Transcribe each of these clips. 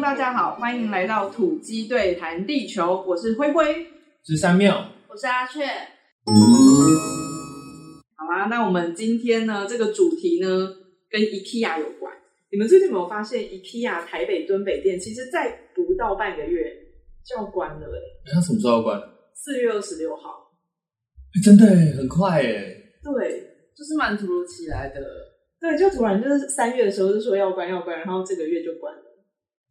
大家好，欢迎来到土鸡对谈地球，我是灰灰，十三庙，我是阿雀，好啦，那我们今天呢，这个主题呢跟 IKEA 有关。你们最近有没有发现 IKEA 台北敦北店，其实再不到半个月就要关了、欸？哎，它什么时候关？四月二十六号。欸真的耶很快哎，对就是蛮突如其来的。对，就突然就是三月的时候就说要关要关，然后这个月就关了。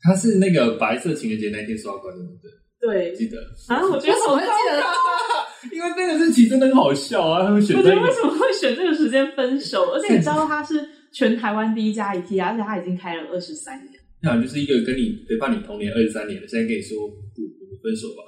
它是那个白色情人节那天说要关的，对不对？对记得，啊，我觉得为什么会记得好啊因为那个日期真的很好笑啊，他们选我觉在一得个 为什么会选这个时间分 手？而且你知道它是全台湾第一家 IKEA，而且它已经开了二十三年。那好像就是一个跟你陪伴你童年二十三年的，现在跟你说不，我们分手吧。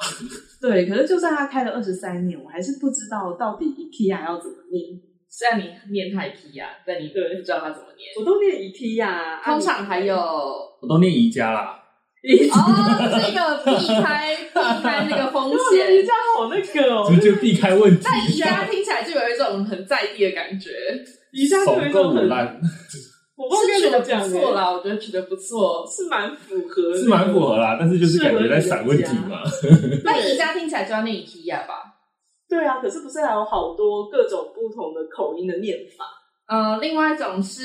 对，可是就算它开了二十三年，我还是不知道到底 IKEA 要怎么念。虽然你念太 P 啊，但你对不知道他怎么念。我都念 IKEA，啊通常还有哦，我都念宜家啦， 这个避开避开那个风人险家。好那个哦怎，么就避开问题？但宜家听起来就有一种很在地的感觉，宜家就有首一种购很，烂，我不是知觉道该得怎么不讲错欸，啦，我觉得觉得不错。是蛮符合，是蛮符合。啦，但是就是感觉在闪问题适合宜嘛。那宜家听起来就要念 IKEA 吧？对啊，可是不是还有好多各种不同的口音的念法？呃，另外一种是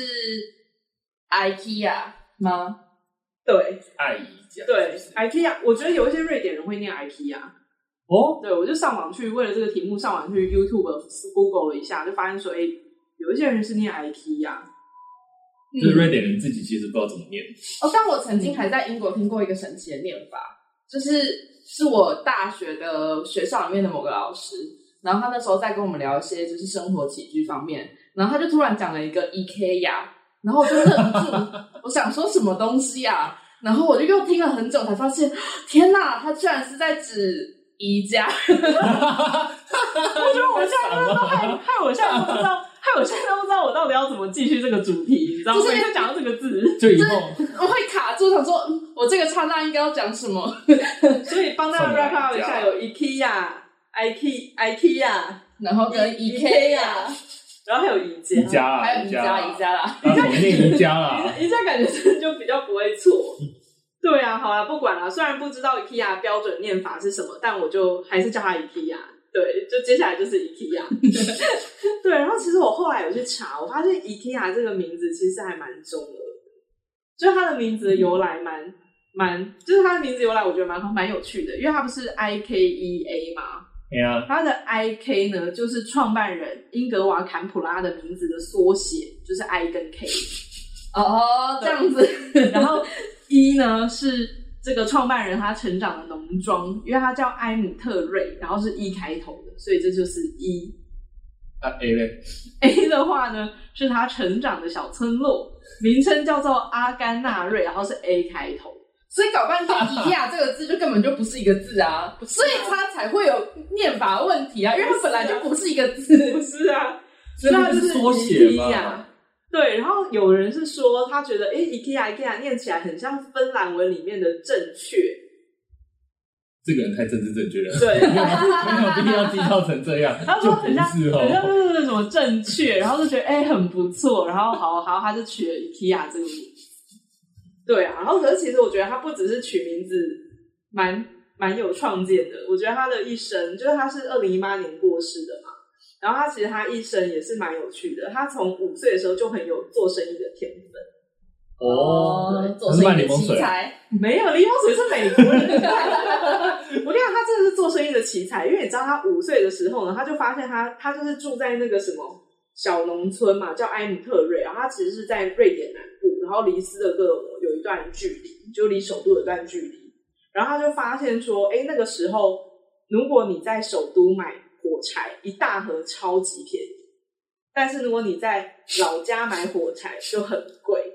IKEA 吗？对爱宜家，对是不是，IKEA，我觉得有一些瑞典人会念 IKEA。哦，对，我就上网去为了这个题目上网去 YouTube、Google 了一下，就发现说，哎、有一些人是念 IKEA。就是瑞嗯典人自己其实不知道怎么念，哦，但我曾经还在英国听过一个神奇的念法，就是是我大学的学校里面的某个老师，然后他那时候在跟我们聊一些就是生活起居方面，然后他就突然讲了一个 IKEA，然后我就愣住，我想说什么东西啊？然后我就又听了很久，才发现，天哪，他居然是在指宜家。 我觉得我现在都害害我现在都不知道，害我现在都不知道我到底要怎么继续这个主题，你知道吗？就是每次讲到这个字，就以后我会卡住，想说，嗯我这个刹那应该要讲什么？所以帮大家算了 wrap up 一下，加有 IKEA、IKE、IKEA，然后跟 IKEA，E 然后还有宜家。宜家啦，还有宜家，啦宜家啦。啊，我念宜家啦， 宜家感觉真的就比较不会错。对啊，好啦，不管啦，虽然不知道 IKEA 标准念法是什么，但我就还是叫它 IKEA。对，就接下来就是 IKEA。对，然后其实我后来有去查，我发现 IKEA 这个名字其实还蛮中二的，就是它的名字的由来蛮蛮，就是它的名字由来我觉得蛮蛮有趣的，因为它不是 I K E A 吗？哎呀，它的 I K 呢，就是创办人英格瓦坎普拉的名字的缩写，就是 I 跟 K。哦，这样子。然后一呢是这个创办人他成长的农庄，因为他叫埃姆特瑞，然后是一开头的，所以这就是一。啊 A 嘞。 A 的话呢是他成长的小村落，名称叫做阿甘纳瑞，然后是 A 开头。所以搞半天“宜亚”这个字就根本就不是一个字啊，所以它才会有念法问题啊，因为它本来就不是一个字。是啊，所以它就是缩写嘛。对，然后有人是说他觉得，哎，IKEA IKEA 念起来很像芬兰文里面的正确，这个人太政治正确了，对， 没有没有必要低调成这样，他就说很像，不是很像哦。就是什么正确，然后就觉得哎、很不错，然后好好他就取了 IKEA 这个名字。对啊，然后可是其实我觉得他不只是取名字，蛮蛮有创建的。我觉得他的一生，就是他是二零一八年过世的嘛，然后他其实他一生也是蛮有趣的。他从五岁的时候就很有做生意的天分，哦，做是卖生意柠的檬奇水啊，才， 没有柠檬水是美国人。 我跟你讲，他真的是做生意的奇才，因为你知道他五岁的时候呢，他就发现他他就是住在那个什么小农村嘛，叫埃姆特瑞，然后他其实是在瑞典南部，然后离斯德哥尔摩有一段距离，就离首都有一段距离。然后他就发现说，哎，那个时候如果你在首都买火柴，一大盒超级便宜，但是如果你在老家买火柴就很贵。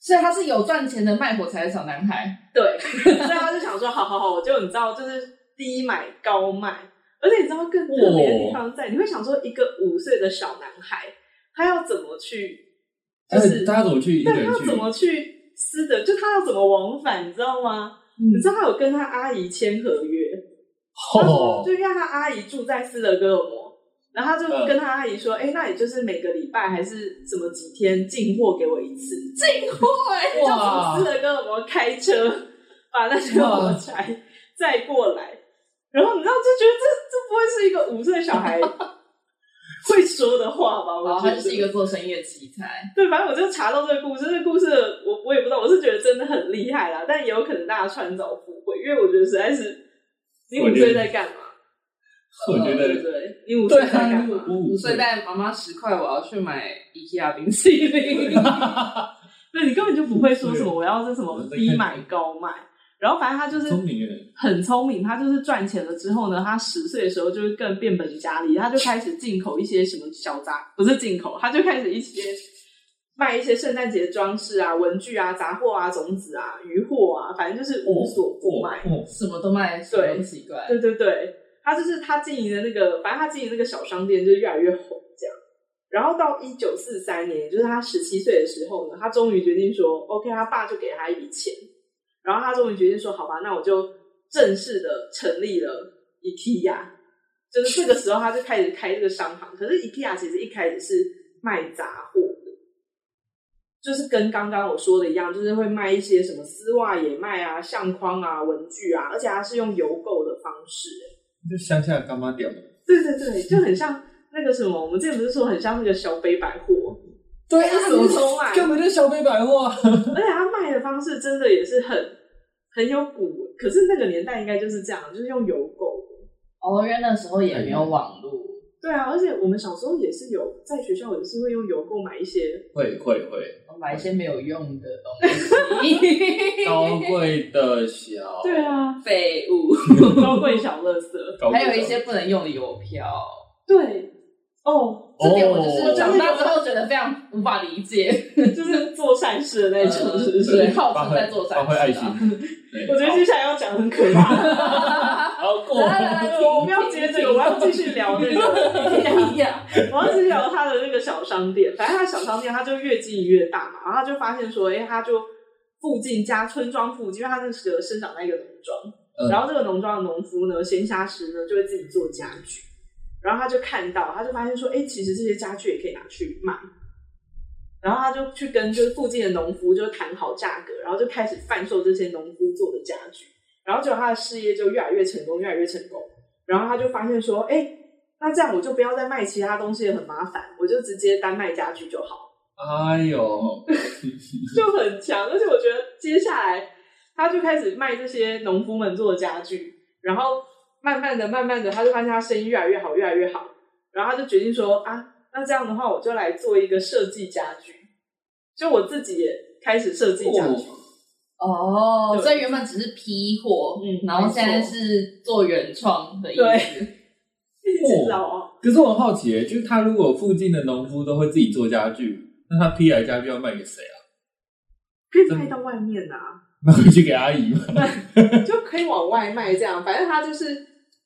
所以他是有赚钱的卖火柴的小男孩。对，所以他就想说，好好好，就你知道，就是低买高卖，而且你知道更特别的地方在，你会想说，一个五岁的小男孩，他要怎么去，就但是是大家怎么去一个对，他人要去？哦怎么去私的，就他要怎么往返，你知道吗？嗯你知道他有跟他阿姨签合约，他说哦就，让他阿姨住在斯德哥尔摩，然后他嗯就跟他阿姨说，哎、那你就是每个礼拜还是什么几天进货给我一次，对，就从斯德哥尔摩开车 把那些火柴载过来，然后你知道就觉得这这不会是一个五岁小孩会说的话吧？然我后觉他得哦就是一个做生意的奇才，对，反正我就查到这个故事，这个故事我我也不知道，我是觉得真的很厉害啦，但也有可能大家穿凿附会，因为我觉得实在是你五岁在干嘛？我觉对不得对？你五岁在啊干嘛？五五岁带妈妈十块，我要去买 IKEA 冰淇淋。对你根本就不会说什么我要是什么低买高卖，然后反正他就是聪明人，很聪明，他就是赚钱了之后呢，他十岁的时候就是更变本加厉，他就开始进口一些什么小杂，不是进口，他就开始一些卖一些圣诞节装饰啊、文具啊、杂货啊、种子啊、鱼货啊，反正就是无所不卖。哦， 什么都卖，什么都奇怪。对对对，他就是他经营的那个，反正他经营那个小商店就越来越红这样。然后到一九四三年，也就是他十七岁的时候呢，他终于决定说，OK，他爸就给他一笔钱，然后他终于决定说，好吧，那我就正式的成立了 IKEA。就是这个时候，他就开始开这个商行。可是 IKEA 其实一开始是卖杂货的，就是跟刚刚我说的一样，就是会卖一些什么丝袜也卖啊、相框啊、文具啊，而且它是用邮购的方式、欸就乡下干妈屌，对对对，就很像那个什么，我们之前不是说很像那个小北百货，对啊什么都卖根本就是小北百货啊，而且它卖的方式真的也是很很有古，可是那个年代应该就是这样，就是用邮购的。哦，因为那时候也没有网络，对啊，而且我们小时候也是有在学校也是会用邮购买一些，会会 会，我买一些没有用的东西，高贵的小，对，啊， 废物，高贵小乐色，高贵还的有一些不能用的邮票。 对哦，这点我就哦是长大之后觉得非常无法理解，就是做善事的那种，是不是？对号称在做善发挥爱事心啊。对我觉得接下来要讲得很可怕。 好哦过来来来，停我们要接这个，我要继续聊 那 个，停呀！ 我要继续聊他的那个小商店。反正他小商店，他就越经营越大嘛，然后他就发现说，哎、他就附近家村庄附近，因为他那时候生长在一个农庄，嗯然后这个农庄的农夫呢，闲暇时呢就会自己做家具，然后他就看到，他就发现说，哎、其实这些家具也可以拿去卖。然后他就去跟就是附近的农夫就谈好价格，然后就开始贩售这些农夫做的家具，然后结果他的事业就越来越成功，越来越成功。然后他就发现说，哎、那这样我就不要再卖其他东西了，很麻烦，我就直接单卖家具就好，哎呦，就很强。而且我觉得接下来他就开始卖这些农夫们做的家具，然后慢慢的、慢慢的，他就发现他生意越来越好，越来越好，然后他就决定说啊，那这样的话我就来做一个设计家具，就我自己也开始设计家具。哦，对所以原本只是批货，嗯然后现在是做原创的意思。一直到哦，可是我很好奇耶，就是他如果附近的农夫都会自己做家具，那他批来家具要卖给谁啊？ 可以卖到外面啊。卖回去给阿姨吗？就可以往外卖这样，反正他就是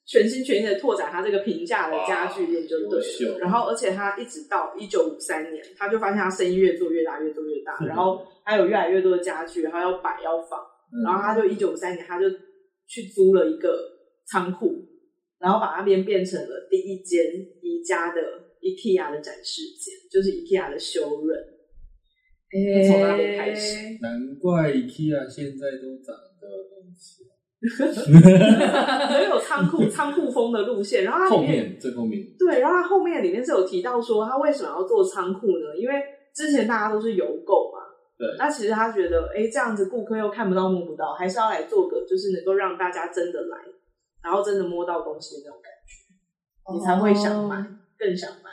全心全意的拓展他这个平价的家具店就对哇优了。秀然后，而且他一直到一九五三年，他就发现他生意越做越大，越做越大，嗯然后他有越来越多的家具，他要摆要放，然后他就一九五三年他就去租了一个仓库，然后把那边变成了第一间宜家的 IKEA 的展示间，就是 IKEA 的修润。诶从哪里开始？难怪 IKEA 现在都长得很奇怪所以有仓库仓库风的路线，然后它后里面面最后面对，然后它后面里面是有提到说，他为什么要做仓库呢？因为之前大家都是邮购嘛，对那其实他觉得，哎，这样子顾客又看不到摸不到，还是要来做个就是能够让大家真的来，然后真的摸到东西的那种感觉，你才会想买，更想买。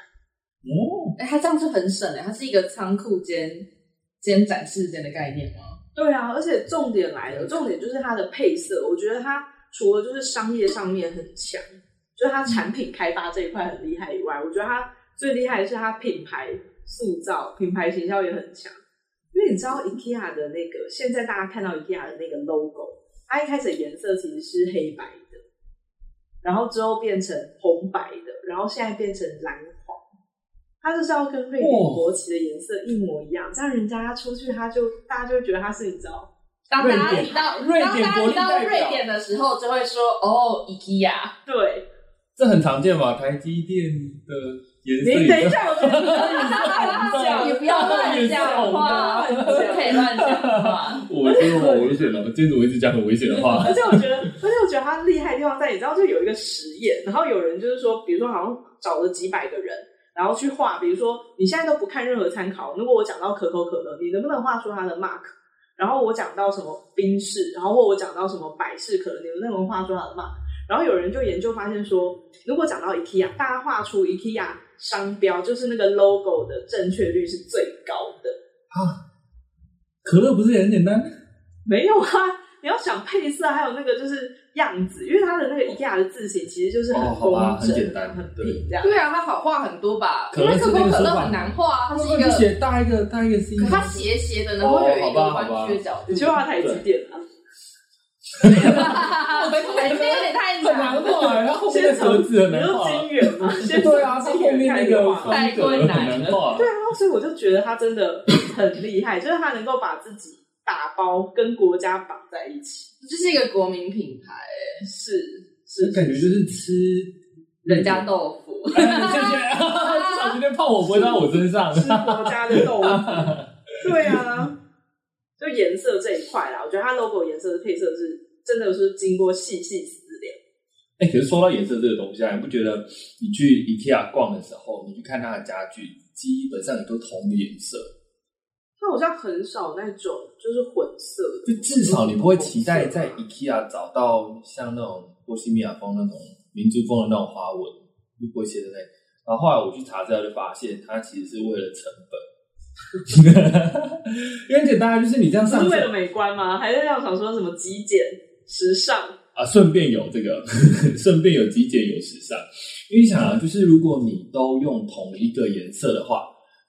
哦，哎，它这样就很省哎，它是一个仓库间兼展示间的概念吗？对啊，而且重点来了，重点就是它的配色，我觉得它除了就是商业上面很强，就是它产品开发这一块很厉害以外，我觉得它最厉害的是它品牌塑造、品牌形象也很强。因为你知道 IKEA 的那个，现在大家看到 IKEA 的那个 logo，它一开始的颜色其实是黑白的，然后之后变成红白的，然后现在变成蓝黄，它就是要跟瑞典哇国旗的颜色一模一样，这样人家出去他就大家就会觉得他是你知道。当大家瑞典提到瑞典当大家国提力代到表瑞典的时候，就会说哦，IKEA。对，这很常见吧？台积电的颜色你也等一跟下，我觉得你 你不要 乱讲话，不可以乱讲话。我觉得好危险了，今天怎么一直讲很危险的话？ 而且我觉得，而且我觉得他厉害的地方在，你知道，就有一个实验，然后有人就是说，比如说好像找了几百个人，然后去画，比如说你现在都不看任何参考，如果我讲到可口可乐，你能不能画出它的 mark？然后我讲到什么宾士，然后或我讲到什么百事可乐，你能不能画出它的 mark？然后有人就研究发现说，如果讲到 IKEA，大家画出 IKEA 商标，就是那个 logo 的正确率是最高的。可乐不是也很简单？没有啊，你要想配色，还有那个就是样子，因为它的那个 IKEA 的字形其实就是很哦好工整、吧很简单很对低这样。对啊，它好画很多吧？可因乐为是可那口个可手乐法很难画，它他是说一你个，写大一个大一个 C，可它斜斜的，然后有一哦好个吧弯曲的角度。你去画台积电啊， 我们台阶有点太很难难了，画，然后后面先的格从子很你难就画。金元嘛，先从对啊，它金后元面开那始个画。方格很难画。对啊，所以我就觉得他真的很厉害，就是他能够把自己打包跟国家绑在一起，这是一个国民品牌，是 是感觉就是吃人家豆腐。哎 谢谢，至少今天胖我不会到我身上。吃国家的豆腐。对啊，就颜色这一块啦，我觉得它 logo 颜色的配色是真的是经过细细思量。哎、可是说到颜色这个东西啊，你不觉得你去 IKEA 逛的时候，你去看它的家具，基本上也都同的颜色，它好像很少那种就是混色的，就至少你不会期待在 IKEA 找到像那种波西米亚风那种民族风的那种花纹，你不会写在那里。然后后来我去查资料，就发现它其实是为了成本， 因为很简单啊，就是你这样是上为色了美观吗？还是要想说什么极简、时尚？啊，顺便有这个， 顺便有极简有时尚。因为你想啊，就是如果你都用同一个颜色的话，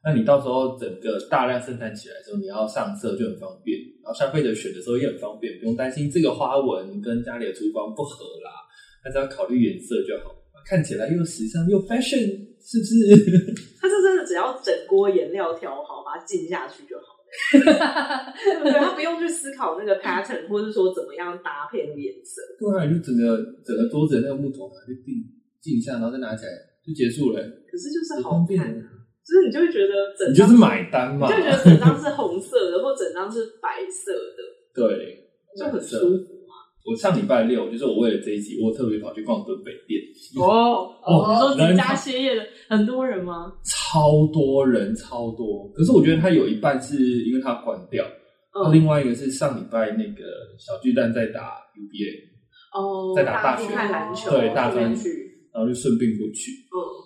那你到时候整个大量生产起来之后，你要上色就很方便，然后消费者选的时候也很方便，不用担心这个花纹跟家里的厨房不合啦，那只要考虑颜色就好，看起来又时尚又 fashion，是不是？ 它是真的只要整锅颜料调好，把它浸下去就好 了，对不对？它不用去思考那个 pattern，或是说怎么样搭配那个颜色。不然你就整个整个桌子的那个木头拿去定定一下，然后再拿起来就结束了、可是就是很好方便啊看，就是你就会觉得整你就张是买单嘛你，就觉得整张是红色的，或整张是白色的，对，就很买色舒服我上礼拜六，就是我为了这一集，我特别跑去逛敦北店，哦。哦你说人自家歇业的很多人吗？超多人，超多。可是我觉得它有一半是因为它关掉，那、嗯，另外一个是上礼拜那个小巨蛋在打 UBA，哦，在大打大家去学看篮球，对大这边专去，然后就顺便过去。嗯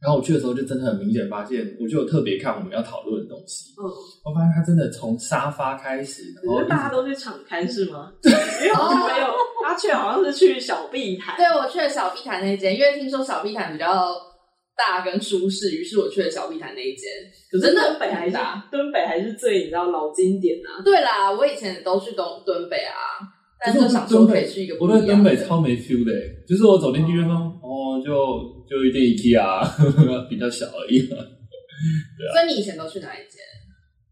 然后我去的时候，就真的很明显发现，我就有特别看我们要讨论的东西，嗯。我发现它真的从沙发开始，然我后觉得一直大家都去场刊是 吗？因为我是朋友，他去好像是去小碧潭，对，我去了小碧潭那间，因为听说小碧潭比较大跟舒适，于是我去了小碧潭那一间。可是真的敦北还很是大敦北还是最你知道老经典啊，对啦，我以前也都去东敦北啊，但可就是想我说敦可北以去一个不我对一样东的。北超没 feel 的、欸，就是我走进去就说，哦，就就一件 IKEA 比较小而已。所以你以前都去哪一间？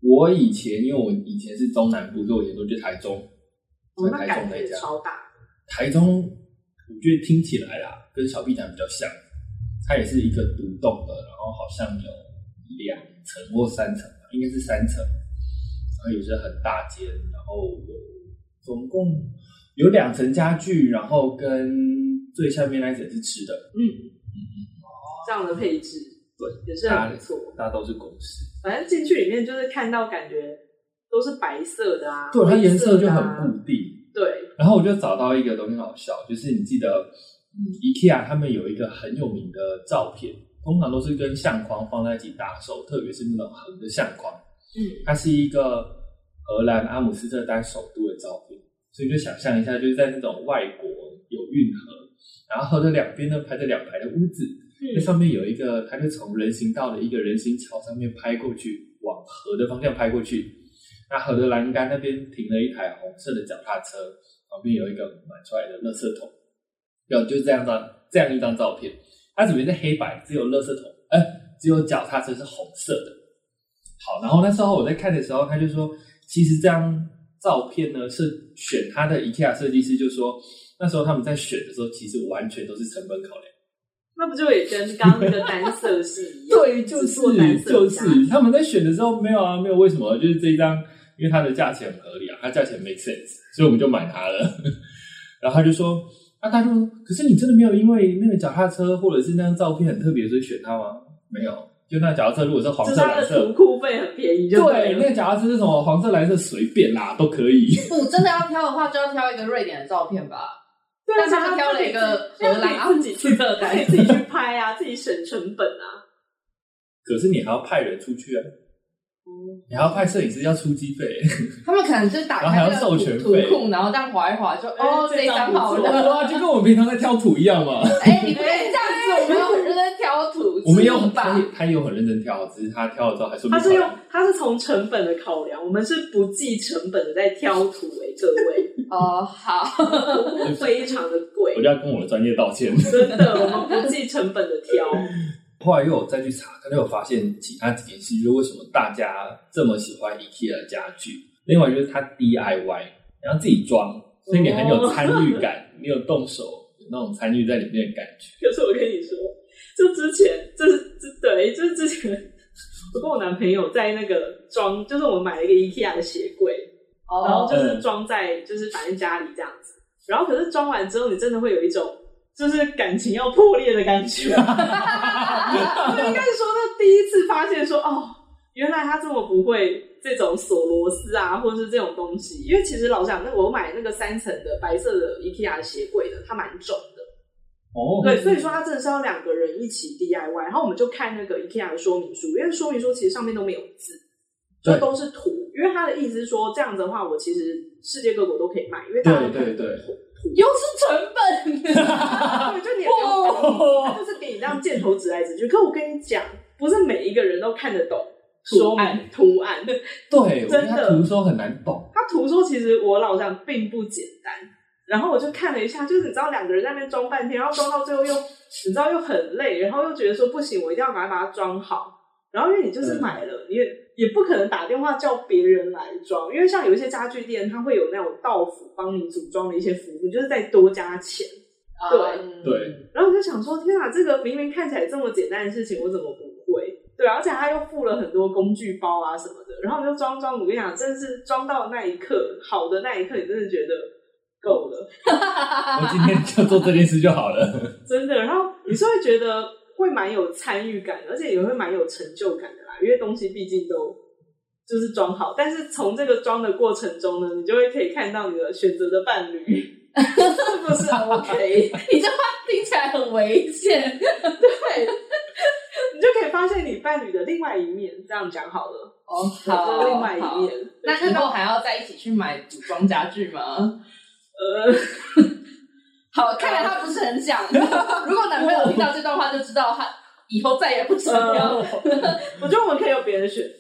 我以前因为我以前是中南部，所以我以前都去台中，哦，那台感中觉那也家。超大，台中我觉得听起来啦，跟小碧潭比较像，它也是一个独栋的，然后好像有两层或三层吧，应该是三层，然后有些很大间，然后有总共有两层家具，然后跟最下面那一层是吃的，这样的配置，对，也是很不错。大家都是公司。反正进去里面就是看到感觉都是白色的啊，对，它灰颜色色的就很啊固定，对，然后我就找到一个东西很好笑，就是你记得，嗯，IKEA 他们有一个很有名的照片，通常都是跟相框放在一起打手，特别是那种横的相框，嗯，它是一个荷兰阿姆斯特丹首都的照片，所以就想象一下，就是在那种外国有运河，然后河的两边呢排着两排的屋子，嗯那上面有一个，他就从人行道的一个人行桥上面拍过去，往河的方向拍过去。那河的栏杆那边停了一台红色的脚踏车，旁边有一个满出来的垃圾桶，有就是这样张这样一张照片。它里面是黑白，只有垃圾桶，哎、只有脚踏车是红色的。好，然后那时候我在看的时候，他就说，其实这张照片呢是选他的 IKEA 设计师就说，那时候他们在选的时候，其实完全都是成本考量。那不就也跟刚刚那个单色系一样？对，就只做单是色就价是他们在选的时候没有啊，没有为什么，就是这一张，因为它的价钱很合理啊，它价钱 make sense，所以我们就买它了。 然后他就说，啊，他就说，可是你真的没有因为那个脚踏车或者是那张照片很特别，所以选它吗？没有，就那脚踏车如果是黄就是色、它蓝的图色，库费很便宜就对，了那个脚踏车是什么黄色、蓝色随便啦都可以。不真的要挑的话，就要挑一个瑞典的照片吧。对但啊，是他挑了一个荷兰他自己去阿姆斯特丹他可以自己去拍啊，自己省成本啊。可是你还要派人出去啊，你还要派摄影师要出机费， 他们可能就是打然后还开要那个授图权图费库，然后这样划一划，就哎哦，这这一张张不好错了。 哇，就跟我们平常在挑图一样嘛。哎，你不可以这样子，我们要很认真挑图，我们有是吧他？也他也有很认真挑，只是他挑了之后还说不他出是来用。他是从成本的考量，我们是不计成本的在挑图哎、各位，哦，好，非常的贵我就，要跟我的专业 道歉。真的，我们不计成本的挑。后来又有再去查，他就有发现其他几件事，就是为什么大家这么喜欢 IKEA 的家具。另外就是它 DIY，然后自己装，所以你很有参与感，你有动手，有那种参与在里面的感觉。可是我跟你说，就之前，这是这对，就是之前， 我跟我男朋友在那个装，就是我们买了一个 IKEA 的鞋柜，然后哦，就是装在就是反正家里这样子。然后可是装完之后，你真的会有一种就是感情要破裂的感觉。我 应该是说，那第一次发现说，哦，原来他这么不会这种锁螺丝啊，或者是这种东西。因为其实老实讲，那我买那个三层的白色的 IKEA 的鞋柜的，它蛮重的。哦，对，所以说它真的是要两个人一起 DIY，然后我们就看那个 IKEA 的说明书，因为说明书其实上面都没有字，就对都是图，因为他的意思是说这样子的话，我其实世界各国都可以卖，因为大家对都看对对，又是成 本，对，就你也不用担心，他就是给你这样箭头指来指去。可我跟你讲，不是每一个人都看得懂说明图案，对，我觉得真它的图说很难懂。他图说其实我老实讲并不简单。然后我就看了一下，就是你知道两个人在那边装半天，然后装到最后又你知道又很累，然后又觉得说不行，我一定要赶快把它装好。然后因为你就是买了，你也也不可能打电话叫别人来装，因为像有一些家具店，它会有那种到府帮你组装的一些服务，你就是再多加钱。 对对，然后我就想说，天啊，这个明明看起来这么简单的事情，我怎么不会？对，啊而且他又附了很多工具包啊什么的，然后我就装装，我跟你讲，真的是装到那一刻，好的那一刻，你真的觉得够了，我今天就做这件事就好 了。真的。然后你是会觉得会蛮有参与感，而且也会蛮有成就感的啦，因为东西毕竟都就是装好，但是从这个装的过程中呢，你就会可以看到你的选择的伴侣是不是 OK。 你这话听起来很危险。对，你就可以发现你伴侣的另外一面。这样讲好了，哦，就是好，另外一好面。那以后还要再一起去买组装家具吗？呃， 好，看来他不是很想。如果男朋友听到这段话，就知道他以后再也不想要。呃 我觉得我们可以有别的选择，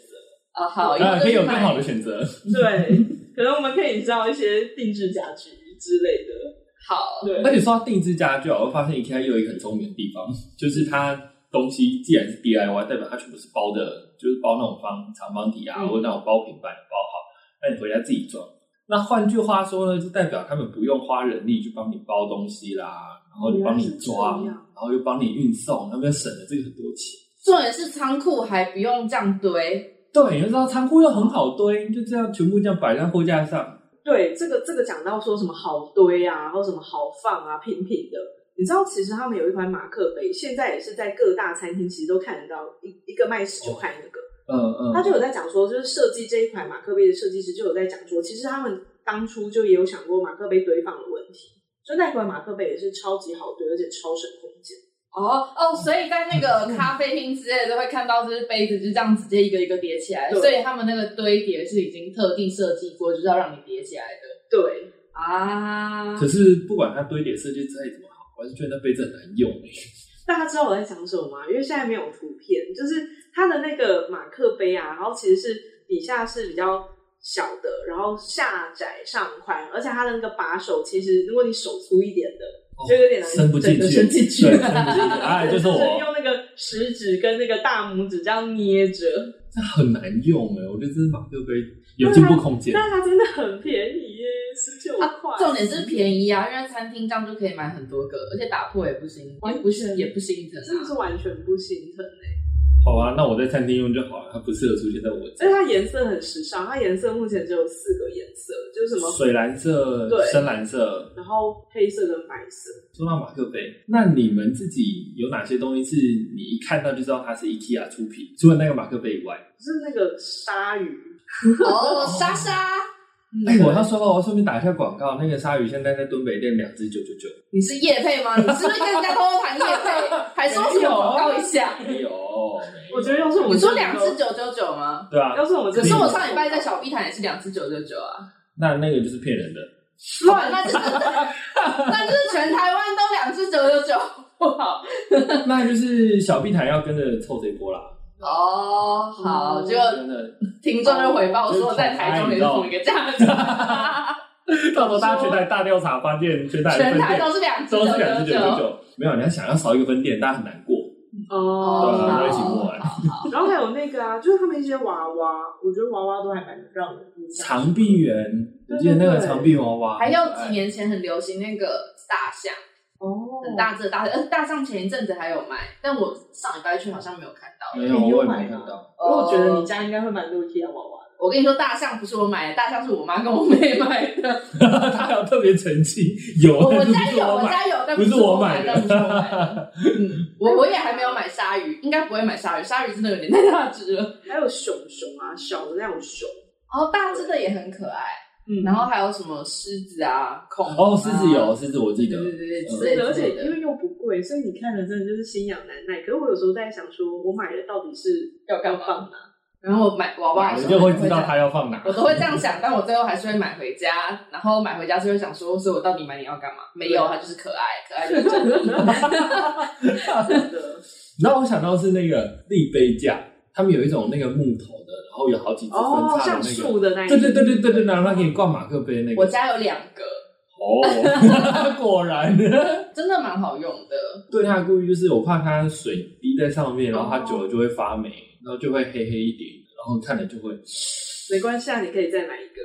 啊，哦 好，以后当然可以有就去更买好的选择。对，可能我们可以造一些定制家具之类的。好，对，而且说到定制家具啊，我会发现 IKEA 又有一个很聪明的地方，就是它东西既然是 DIY，代表它全部是包的，就是包那种方长方体啊，嗯或者那种包平板包好，那你回家自己装。那换句话说呢，就代表他们不用花人力去帮你包东西啦，然后就帮你装，原来是这然样后又帮你运送，他们省了这个很多钱。重点是仓库还不用这样堆，对，你就知道仓库又很好堆，就这样全部这样摆在货架上。对，这个这个讲到说什么好堆啊，然后什么好放啊，平平的。你知道，其实他们有一款马克杯，现在也是在各大餐厅其实都看得到，一一个卖十九块那个。嗯嗯，他就有在讲说，就是设计这一款马克杯的设计师就有在讲说，其实他们当初就也有想过马克杯堆放的问题，所以那款马克杯也是超级好堆，而且超省空间。哦哦，所以在那个咖啡厅之类的会看到，就是杯子就这样直接一个一个叠起来，对所以他们那个堆叠是已经特地设计过，就是要让你叠起来的对，啊。可是不管它堆叠设计再怎么好，我还是觉得那杯子很难用、欸。大家知道我在讲什么吗？因为现在没有图片，就是它的那个马克杯啊，然后其实是底下是比较小的，然后下窄上宽，而且它的那个把手，其实如果你手粗一点的，就有点难哦伸不进整个去，伸进 去。对伸不进去哎，就是我，用那个食指跟那个大拇指这样捏着，欸这很难用哎，我觉得这是马克杯有进步空间。啊但它真的很便宜耶，十九块啊。重点是便宜啊，因为餐厅这样就可以买很多个，而且打破也不心，也不完全是也不心疼是不啊。是完全不心疼哎、好啊，那我在餐厅用就好了，它不适合出现在我而且家。它颜色很时尚，它颜色目前只有四个颜色，就是什么，水蓝色对、深蓝色，然后黑色跟白色。说到马克杯，那你们自己有哪些东西是你一看到就知道它是 IKEA 出品？除了那个马克杯以外，是那个鲨鱼，哦，莎莎，哎、嗯，我要说了，我要顺便打一下广告，那个鲨鱼现在在敦北店两只九九九，你是叶配吗？你是不是跟人家偷偷谈叶配，还说什么广告一下？哎哎没有，我觉得要是我们你说两只九九九吗？对啊要，是我们这可里是我上礼拜在小 B 谈也是两只九九九啊，那那个就是骗人的。乱，那就是那就是全台湾都两只九九九，不好那就是小碧潭要跟着凑这一波啦。哦，好，嗯结果真的，听众就回报哦我说我在台中也是同一个价 格，到时候大家全台大调查，发现全台的全分台店都是两只都是两九只九九九，九，没有，你要想要少一个分店，大家很难过，对哦啊，好大家一起过来。然后还有那个啊，就是他们一些娃娃，我觉得娃娃都还蛮让人印象长臂猿，我记得那个长臂娃娃，还有几年前很流行那个大象，哦，很大只的大象，而且呃大象前一阵子还有卖，但我上礼拜去好像没有看到。没有，我也没看到。因为我觉得你家应该会蛮多 IKEA 娃娃的。我跟你说，大象不是我买的，大象是我妈跟我妹买 的。他还有特别澄清，有，我我但是家不是有，我我买，家有，但不是是我买买但不是我买 的。的。嗯，我我也还没有买鲨鱼，应该不会买鲨鱼，鲨鱼真的有点太大只 了。还有熊熊啊，小的那种熊，然后哦大只的也很可爱，嗯然后还有什么狮子啊、恐龙、哦，狮子有，，狮嗯子我记得对，对对，之类对，而之且类因的。为又不贵，所以你看了真的就是心痒难耐。可是我有时候在想，说我买的到底是要干嘛放哪？然后我买娃娃的你时候，就我会知都道这样他要放哪我。都会这样想，但我最后还是会买回家。然后买回家就会想说，所以我到底买你要干嘛？没有，它就是可爱，可爱就是真的。真的然后我想到是那个立杯架，他们有一种那个木头的，然后有好几只分哦，像叉的那个。树的那一对对对对对对，然后他给你挂马克杯那个。我家有两个，哦，果然，真的蛮好用的。对他的顾虑就是我怕它水滴在上面，然后它哦久了就会发霉，然后就会黑黑一点，然后看了就会没关系啊，你可以再买一个，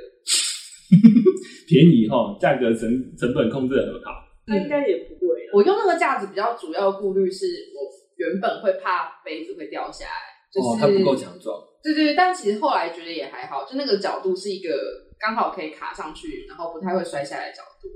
便宜哈，价格成成本控制得很好。那应该也不贵啊。我用那个架子比较主要顾虑是我原本会怕杯子会掉下来，就是、哦，它不够强壮。对对对，但其实后来觉得也还好，就那个角度是一个刚好可以卡上去，然后不太会摔下来的角度。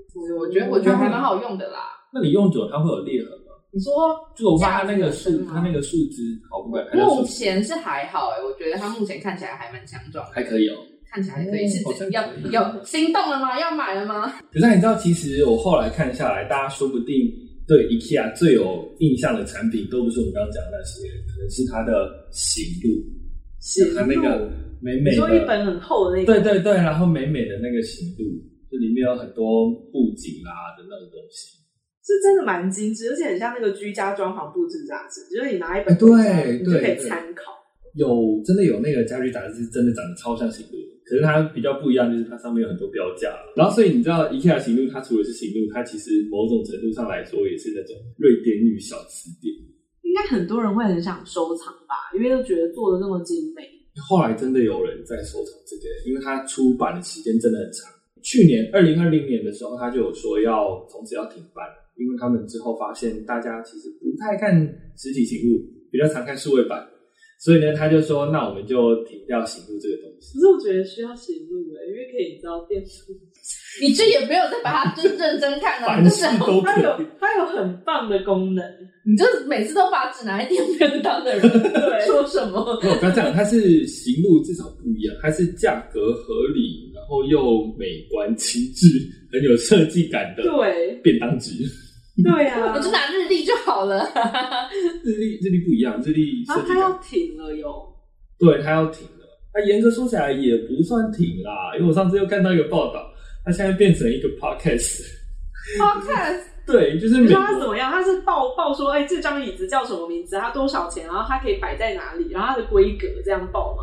我觉得我觉得还蛮好用的啦。那你用久了它会有裂痕吗？你说就是我怕它那个架子树本身，吗它那个树枝，好不管它的目树枝前是还好哎、我觉得它目前看起来还蛮强壮的，还可以哦。看起来还可以，哦是好像怎要可以有心动了吗？要买了吗？ 可是你知道，其实我后来看下来，大家说不定对 IKEA 最有印象的产品，都不是我们刚刚讲的那些，可能是它的行路，行它那路个美你美说一的，本很厚的那个，对对对，然后美美的那个行路，就里面有很多布景啦、的那种东西。是真的蛮精致，而且很像那个居家装潢布置杂志，就是你拿一本哎对回家你就对可以对参考。有真的有那个家具杂志，真的长得超像行路，可是它比较不一样，就是它上面有很多标价。啊然后所以你知道，IKEA 行路，它除了是行路，它其实某种程度上来说也是那种瑞典语小词典。应该很多人会很想收藏吧，因为就觉得做的那么精美。后来真的有人在收藏这个，因为它出版的时间真的很长。去年二零二零年的时候，他就有说要从此要停办，因为他们之后发现大家其实不太看实体行路，比较常看数位版，所以呢，他就说那我们就停掉行路这个东西。 可是我觉得需要写入哎、因为可以你知道变书，你这也没有再把它真认真看了， 凡你就是事都它可有以，它有很棒的功能， 你就是每次都把纸拿来垫便当的人 对说什么？没有不要这样，它是行路至少不一样，它是价格合理，然后又美观精致，很有设计感的对便当纸。对啊，我 就拿日历就好了。日历日历不一样，日历设然后计它感要停了哟，对，他要停了。那严格说起来也不算停啦，因为我上次又看到一个报道，他现在变成一个 podcast。 好看，对，就是你美知道它怎国么样？它是报报说，哎、这张椅子叫什么名字？它多少钱？然后它可以摆在哪里？然后它的规格这样报吗？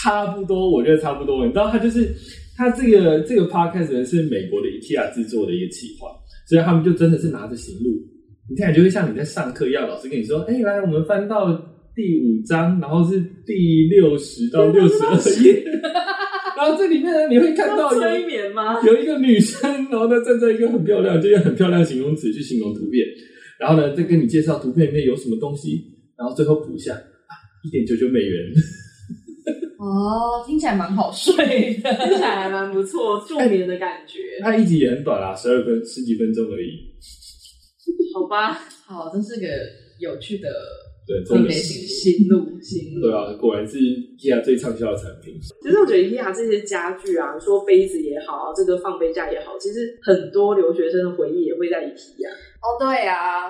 差不多，我觉得差不多。你知道，他就是他这个这个 podcast 是美国的 IKEA 制作的一个企划，所以他们就真的是拿着行路，你看就会像你在上课一样，老师跟你说：“哎、来，我们翻到第五章，然后是第六十到六十二页。” 然后这里面呢，你会看到有催眠吗？有一个女生，然后她站在一个很漂亮，就用很漂亮的形容词去形容图片，然后呢，再跟你介绍图片里面有什么东西，然后最后补一下，啊一点九九美元。哦，听起来蛮好睡的。听起来还蛮不错，助眠的感觉。它一集也很短啊啦，十二分十几分钟而已。好吧， 好，真是个有趣的对，真特的别是，心路心路。对啊，果然是 IKEA 最畅销的产品。其实我觉得 IKEA 这些家具啊，说杯子也好，这个放杯架也好，其实很多留学生的回忆也会在 IKEA。哦，对啊，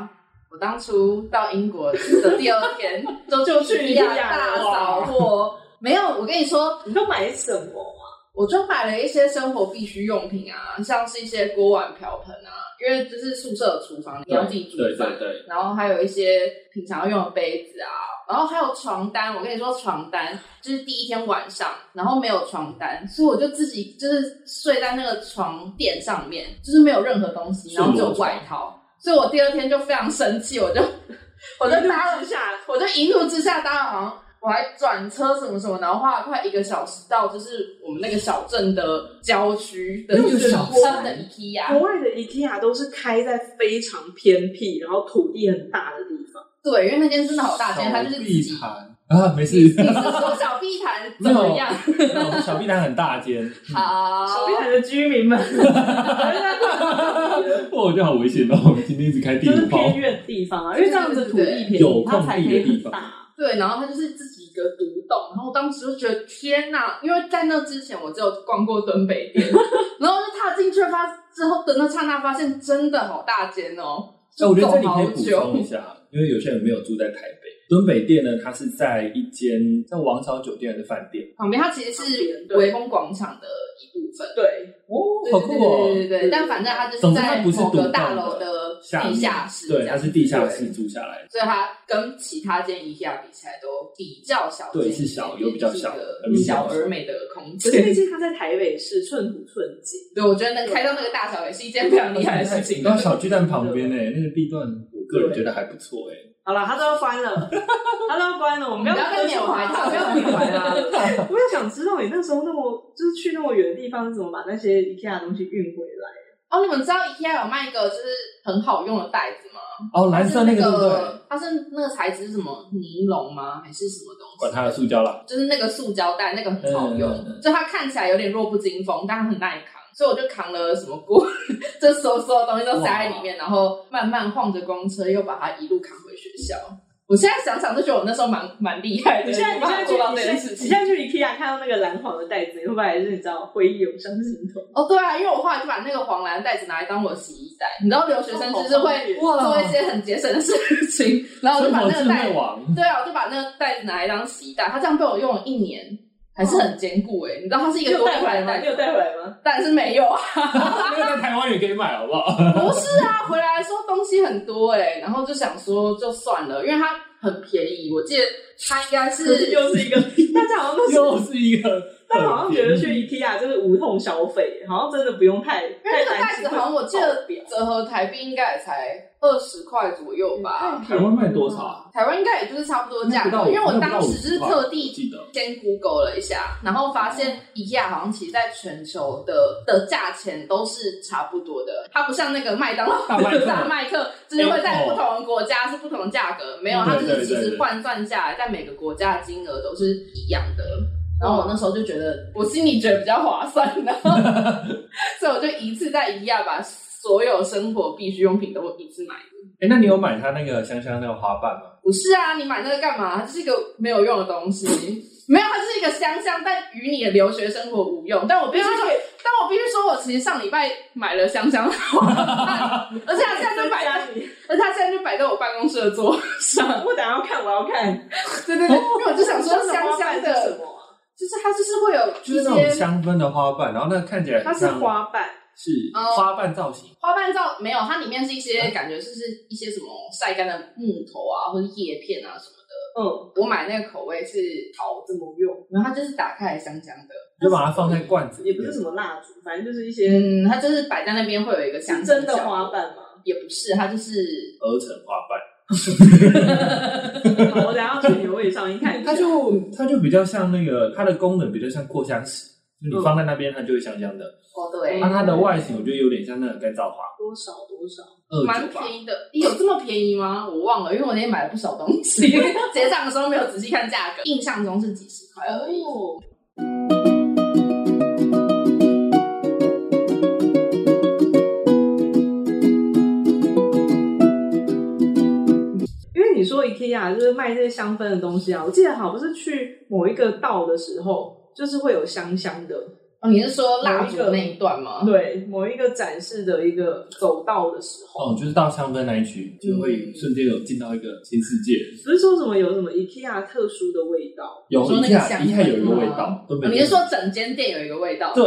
我当初到英国的第二天就就去一样一样哇大扫货。没有，我跟你说，你都买什么？我就买了一些生活必需用品啊，像是一些锅碗瓢盆啊，因为就是宿舍的厨房你要自己煮对饭对，对，然后还有一些平常用的杯子啊，然后还有床单。我跟你说，床单就是第一天晚上，然后没有床单，所以我就自己就是睡在那个床垫上面，就是没有任何东西，然后只有外套。所以我第二天就非常生气，我就我就搭了，下我就一怒之下搭了，好像我还转车什么什么，然后花了快一个小时到就是我们那个小镇的郊区的那个小镇他们的 IKEA，国外的 IKEA 都是开在非常偏僻，然后土地很大的地方。对，因为那间真的好大间，它就是自地己毯啊，没事。你是说小碧潭怎么样？我 们小碧潭很大间， 好，小碧潭的居民 们，哇，我觉得好危险哦！我们今天一直开第就是五炮偏，远的地方啊，因为这样子土地便宜，有它空才可地的以地很方大。对，然后它就是自己一个独栋，然后我当时就觉得天哪，因为在那之前我只有逛过敦 北店，然后就踏进去发之后的那刹那，发现真的好大间哦，哎，就我觉得走这里可好以补充一久。下，因为有些人没有住在台北。敦北店呢，它是在一间叫王朝酒店的饭店。旁边它其实是对微风广场的一部分，对，哦，好酷对对哦！对对对，但反正它就是总之它在不是某独个栋大的楼的下地面下室这样，对，它是地下室对住下来的，所以它跟其他间宜家比起来都比较小间对一点，是小有比较小的嗯小而美的空可是毕间。竟它在台北市寸土寸金，对，我觉得能开到那个大小也是一件非常厉害的 事情。到小巨蛋旁边呢，那个地段，我个人觉得还不错哎。好了，他都要翻 了，他都要翻了，我们不不要再再缅怀他不要缅怀他了。 我也想知道你那时候那么就是去那么远的地方，怎么把那些 IKEA 的东西运回来？哦，你们知道 IKEA 有卖一个就是很好用的袋子吗？哦，蓝色那个对它嗯是那不对？它是那个材质是什么尼龙吗？还是什么东西？管它的塑胶啦，就是那个塑胶袋，那个很好用，嗯嗯就它看起来有点弱不禁风，但它很耐扛，所以我就扛了什么锅， 这所所有东西都塞在里面，然后慢慢晃着公车，又把它一路扛回学校。我现在想想就觉得我那时候蛮蛮厉害的，你现在你没现办在法去做到你这现件在事你情现。在去 IKEA 看到那个蓝黄的袋子，你会不会还是你知道回忆涌上心头？哦，对啊，因为我后来就把那个黄蓝袋子拿来当我的洗衣袋，你知道留学生就是会哇做一些很节省的事情，然后哦我生活就把那智个袋慧 王。对啊，我就把那个袋子拿来当洗衣袋，它这样被我用了一年，还是很坚固哎、你知道它是一你个有多带大回来的吗？袋你有子吗？带回来吗？但是没有啊，那个在台湾也可以买，好不好？不是啊，回来的时候东西很多哎、然后就想说就算了，因为它很便宜，我记得它应该是又是一个，大家好像都是， 又是一个，大家好像觉得去 IKEA 就是无痛消费，好像真的不用太因太为那个担袋心子会好爆像我记得表。折合台币应该也才二十块左右吧，台湾卖多少啊？台湾应该也就是差不多那价不到格，因为我那不到当时50是块特我地记得先 Google 了一下，然后发现宜家好像其实在全球的的价钱都是差不多的，它不像那个麦当劳大麦克大麦克，就是会在不同的国家是不同的价格，没有，它就嗯对是对其对实对换算下来，在每个国家的金额都是一样的。然后我那时候就觉得，我心里觉得比较划算 的，所以我就一次在宜家把所有生活必需用品都一次买。哎，那你有买它那个香香那个花瓣吗？不是啊，你买那个干嘛？它就是一个没有用的 东西，没有，它就是一个香香，但与你的留学生活无用。但我必须说，但我必须说，我其实上礼拜买了香香的花 瓣，而且它现在就摆在，家里，而且它现在就摆在我办公室的桌上。我等一下要看，我要看。 对对对，因为我就想说香花香瓣是什的，么啊？就是它就是会有就一是那种些香氛的花瓣，然后那个看起来它很是像花瓣，是哦花瓣造型。花瓣照，没有，它里面是一些感觉就是一些什么晒干的木头啊，或者叶片啊什么的。嗯，我买那个口味是桃，怎么用？然后它就是打开来香香的。就把它放在罐子里也面，不是什么蜡烛，反正就是一些嗯，它就是摆在那边会有一个香是真的花，瓣吗？也不是，它就是合成花瓣，好我等一下要去牛尾上一看一下，它就它就比较像那个，它的功能比较像扩香石，就嗯你放在那边，它就会香香的。哦，对，那、它的外形我觉得有点像那个干燥花，多少多少，二蛮九吧。便宜的，咦有这么便宜吗？我忘了，因为我那天买了不少东 西，结账的时候没有仔细看价格，印象中是几十块而已。哦，因为你说 IKEA 就是卖这些香氛的东西啊，我记得好像不是去某一个道的时候，就是会有香香的，哦，你是说蜡烛那一段吗？对，某一个展示的一个走道的时候，哦，就是到香氛那一区，就会瞬间有进到一个新世界。不是说什么有什么 IKEA 特殊的味道，有你说那一个下香一下有一个吗味道，都没哦有。你是说整间店有一个味道？对，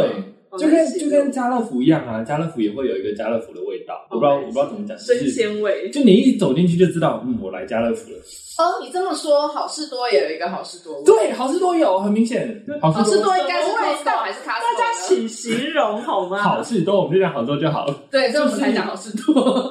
哦就跟那是就跟家乐福一样啊，家乐福也会有一个家乐福的味道，我不知哦道我不知道怎么讲，就生是鲜味，就你一走进去就知道，嗯，我来家乐福了。哦，你这么说，好事多也有一个好事多味。对，好事多有，很明显，好好事事多。多应该是什么味 Costco 道还是 Costco？大家呢请形容好吗？好事多，我们就讲好事多就好了，对，所以我们才讲好事多。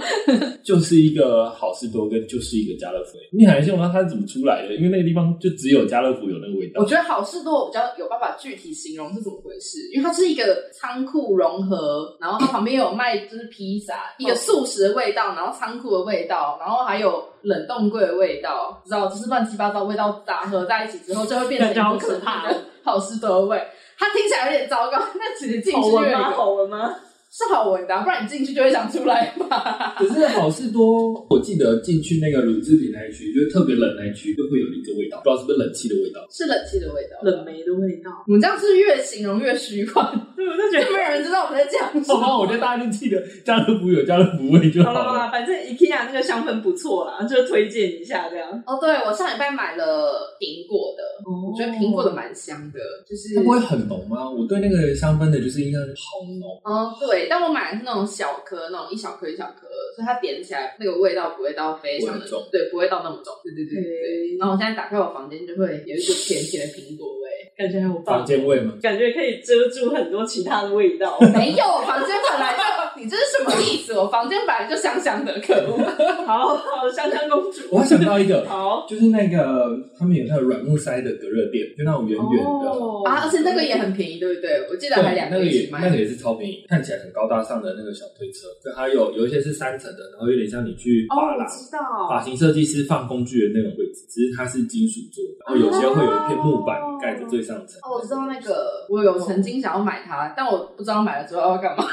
就是一个好事多跟就是一个家乐福。你很难想象它是怎么出来的，因为那个地方就只有家乐福有那个味道我。觉得好事多我比较有办法具体形容是怎么回事，因为它是一个仓库融合，然后它旁边有卖就是披萨，一个素食的味道，然后仓库的味道，然后还有冷冻柜的味道，不知道就是乱七八糟味道杂合在一起之后，就会变成感觉好一个可怕神秘的好事多的味。它听起来有点糟糕， 但其实进去好就有闻一吗？个好闻吗？是好闻的啊、不然你进去就会想出来吧。可是好事多，我记得进去那个乳制品那一区，就是特别冷那一区，就会有一个味道，不知道是不是冷气的味道。是冷气的味道。冷梅的味道，我们这样是不是越形容越虚幻， 对，我就觉得。就没有人知哦道我们在讲什好吧，么。我觉得大家就记得家乐福有家乐福味就好了好好了。了，反正 IKEA 那个香氛不错啦，就推荐一下这样。哦，对，我上礼拜买了苹果的，我哦我觉得苹哦果的蛮香的，就是它不会很浓吗？我对那个香氛的就是印象好浓，哦，对，但我买的是那种小颗，那种一小颗一小颗，所以它点起来那个味道不会到非不常的会很重对，不会到那么重，对对对对。然后我现在打开我房间，就会有一股甜甜的苹果味。感觉很有房棒，间味吗？哦感觉可以遮住很多其他的味道。没有，房间本来就，你这是什么意思？我房间本来就香香的，可 恶！好好，香香公主，我还想到一个，好就是那个他们有那个软木塞的隔热垫，就那种圆圆哦的。啊，而且那个也很便宜，对不对？我记得还对，两那个个一也起买那。个也是超便宜，看起来很高大上的那个小推车，就还有有一些是三层的，然后有点像你去哦，发我廊、知发道，型设计师放工具的那种柜子，只是它是金属做的，然后有些会有一片木板哦盖着最上层。哦，我知道那个，我有曾经想要买它，但我不知道买了之后要干嘛。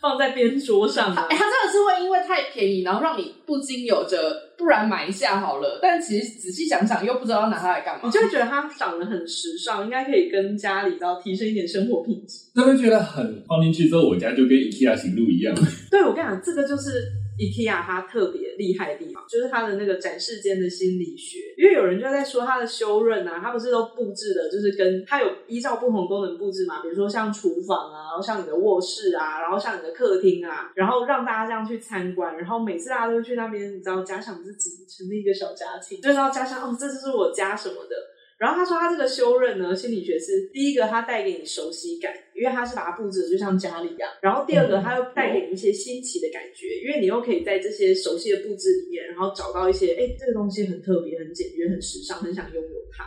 放在边桌上啊 哎、。它真的是会因为太便宜，然后让你不禁有着不然买一下好了，但其实仔细想想又不知道拿它来干嘛你。就会觉得它长得很时尚，应该可以跟家里然后提升一点生活品质。那边觉得很放进去之后，我家就跟 IKEA 行路一样。对我跟你讲，这个就是 IKEA 它特别厉害的地方，就是它的那个展示间的心理学。因为有人就在说它的修润啊，它不是都布置的，就是跟它有依照不同功能布置嘛，比如说像厨房啊，然后像你的卧室啊，然后像你的客厅啊，然后让大家这样去参观，然后每次大家都会去那边，你知道假想自己成立一个小家庭，就知道家乡哦，这就是我家什么的。然后他说，他这个修润呢，心理学是第一个，它带给你熟悉感，因为它是把它布置的就像家里一样。然后第二个，嗯它又带给你一些新奇的感觉，因为你又可以在这些熟悉的布置里面，然后找到一些，哎，这个东西很特别、很简约、很时尚，很想拥有它。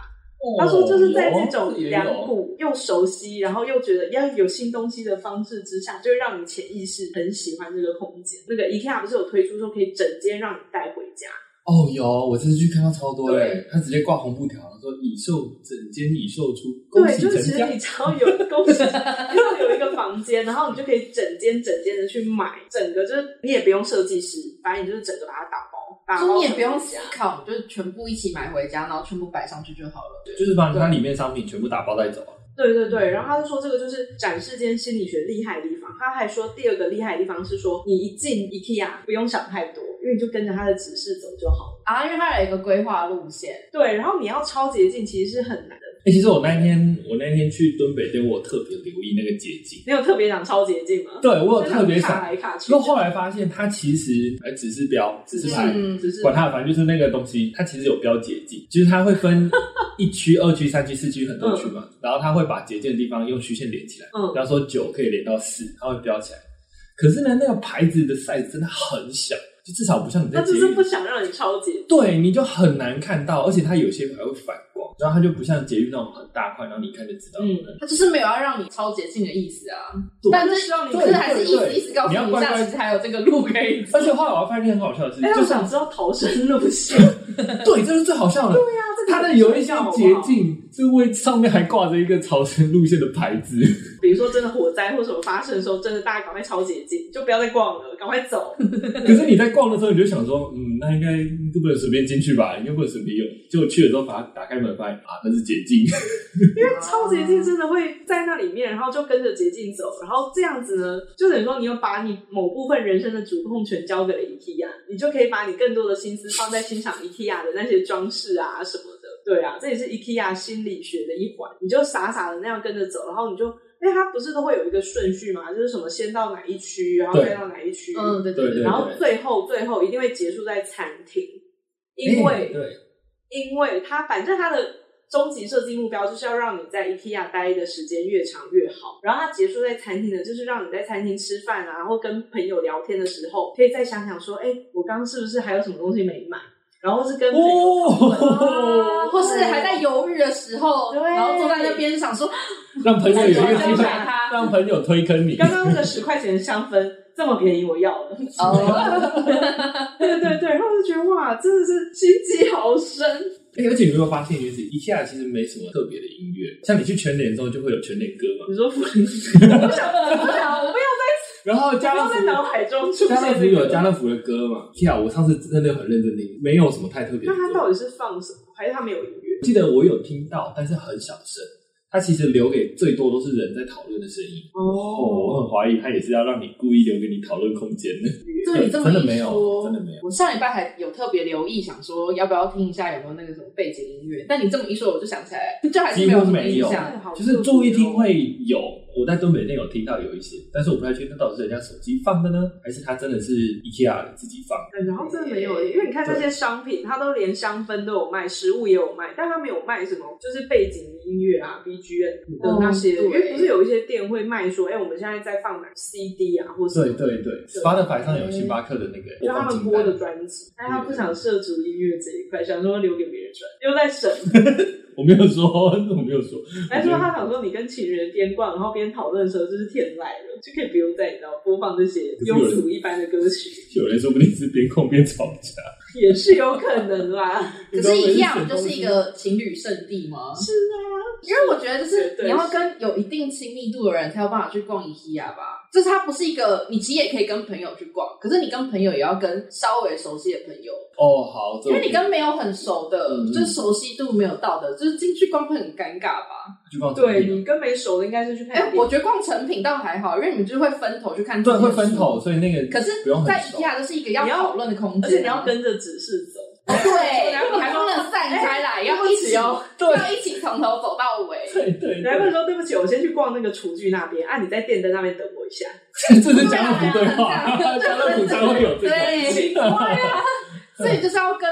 他哦说，就是在啊这种两股又熟悉，然后又觉得要有新东西的方式之下，就会让你潜意识很喜欢这个空间。那个 IKEA 不是有推出说可以整间让你带回家？哦，有，我这次去看到超多嘞对，他直接挂红布条说已售，整间已售出，恭对，喜就是成其实 家你。只要有恭喜，要有一个房间，然后你就可以整间整间的去买，整个就是你也不用设计师，反正你就是整个把它打包，打就包你也不用成思考，啊哦你就全部一起买回家，然后全部摆上去就好了。就是把它里面商品全部打包带走啊！对对对，然后他就说这个就是展示间心理学厉害的地方。他还说第二个厉害的地方是说，你一进 IKEA 不用想太多，因为你就跟着他的指示走就好了。啊，因为它有一个规划路线，对，然后你要超捷径其实是很难的。哎、其实我那天我那天去敦北店，我特别留意那个捷径，你有特别想超捷径吗？对我有特别卡想。来卡去不，过后来发现，它其实哎，指示标、指示牌，嗯只是管它的，反正就是那个东西，它其实有标捷径，就是它会 分一区、二区、三区、四区很多区嘛，然后它会把捷径的地方用虚线连起来。嗯比，方说九可以连到四，它会标起来。可是呢，那个牌子的 size 真的很小，就至少不像你在他捷就是运不，想让你超捷径。对，你就很难看到，而且它有些还会反光，然后它就不像捷运那种很大块，然后你一看就知道。嗯他就是没有要让你超捷径的意思啊，对但就是希望你可是还是意对思对意思告诉你要你一乖下，乖其实还有这个路可以走啊而。且后来我还发现一件很好笑的事情，哎，就我是想知道逃生路线。 对，啊这是最好笑的。对啊，这个它的有一些很重要捷，径，是为上面还挂着一个朝圣路线的牌 子。比如说真的火灾或什么发生的时候，真的大家赶快超捷径，就不要再逛了，赶快走。可是你在逛的时候，你就想说，嗯，那应该都不能随便进去吧，应该不能随便用。结果去了之后，把它打开门，发现啊，那是捷径。因为超捷径真的会在那里面，然后就跟着捷径走，然后这样子呢，就等于说你又把你某部分人生的主控权交给了 IKEA，你就可以把你更多的心思放在欣赏 IKEA 的那些装饰啊什么的。对啊，这也是 IKEA 心理学的一环，你就傻傻的那样跟着走，然后你就。因为它不是都会有一个顺序嘛，就是什么先到哪一区，然后对再到哪一区，嗯，对对对然后最后最后一定会结束在餐厅，因哎为 对，因为它反正它的终极设计目标就是要让你在 IKEA 待的时间越长越好。然后它结束在餐厅呢，就是让你在餐厅吃饭啊，然后跟朋友聊天的时候，可以再想想说，哎，我刚刚是不是还有什么东西没买？然后是跟朋友哦，或是还在犹豫的时候，对然后坐在那边想说，让朋友有一个机要会，买它让朋友推坑你。刚刚那个十块钱的香氛这么便宜，我要了。 哦，对对对，然后我就觉得哇，真的是心机好深。 哎而且你有没有发现一件事？一下其实没什么特别的音乐，像你去全联的时候就会有全联歌嘛，你说弗兰西，我不想，我不想，我不要然后家不乐要在脑福。海中出家乐现福这有家个。乐福的歌嘛？是啊，我上次真的很认真听，没有什么太特别的那歌。它到底是放什么？还是它没有音乐？记得我有听到，但是很小声。它其实留给最多都是人在讨论的声音。哦，我很怀疑它也是要让你故意留给你讨论空间 的。对你这么真的一没有说真的没有我上礼拜还有特别留意，想说要不要听一下有没有那个什么背景音乐，但你这么一说，我就想起来，就还是没有什么印几乎没象有。好酷就是注意听哦会有，我在东北店有听到有一些，但是我不太确定到底是人家手机放的呢，还是它真的是 IKEA 自己放的。对，然后真的没有耶，因为你看那些商品，它都连香氛都有卖，食物也有卖，但它没有卖什么，就是背景音乐啊、BGM 嗯的那些。哦对因为不是有一些店会卖说，哎、我们现在在放哪 CD 啊，或是对对对，Spotify 上有星巴克的那个就播他放们清播的单，专辑，但他不想涉足音乐这一块，想说留给别人转，又在 审。我没有说，我没有说，还说他想说你跟情人边逛，然后边讨论的时候，就是天籁了，就可以不用再你知道播放这些可是有庸人俗一般的歌曲，有人说不定是边控边吵架。也是有可能 啦。 可是，一样就是一个情侣圣地吗？是啊，因为我觉得就绝是对是你要跟有一定亲密度的人才有办法去逛 IKEA 吧，就是它不是一个你其实也可以跟朋友去逛，可是你跟朋友也要跟稍微熟悉的朋友，哦，好，这因我为你跟没有很熟的，嗯就是熟悉度没有到的，就是进去逛会很尴尬吧。去逛成对品你跟没熟的应该是去看哎、电影。我觉得逛成品倒还好，因为你们就会分头去看，对会分。头，所以那个可是不用，很在熟。 IKEA 就是一个要你要讨论的空间啊，而且你要跟着指示走，哦 啊对，然后你还不能散哎开来，要一起哦。要一起从头走到尾。对对然后对，说对不起，我先去逛那个厨具那边啊，你在电灯那边等我一下。这是家乐福对话，啊 家乐福才会有这个。对，奇怪啊！所以就是要跟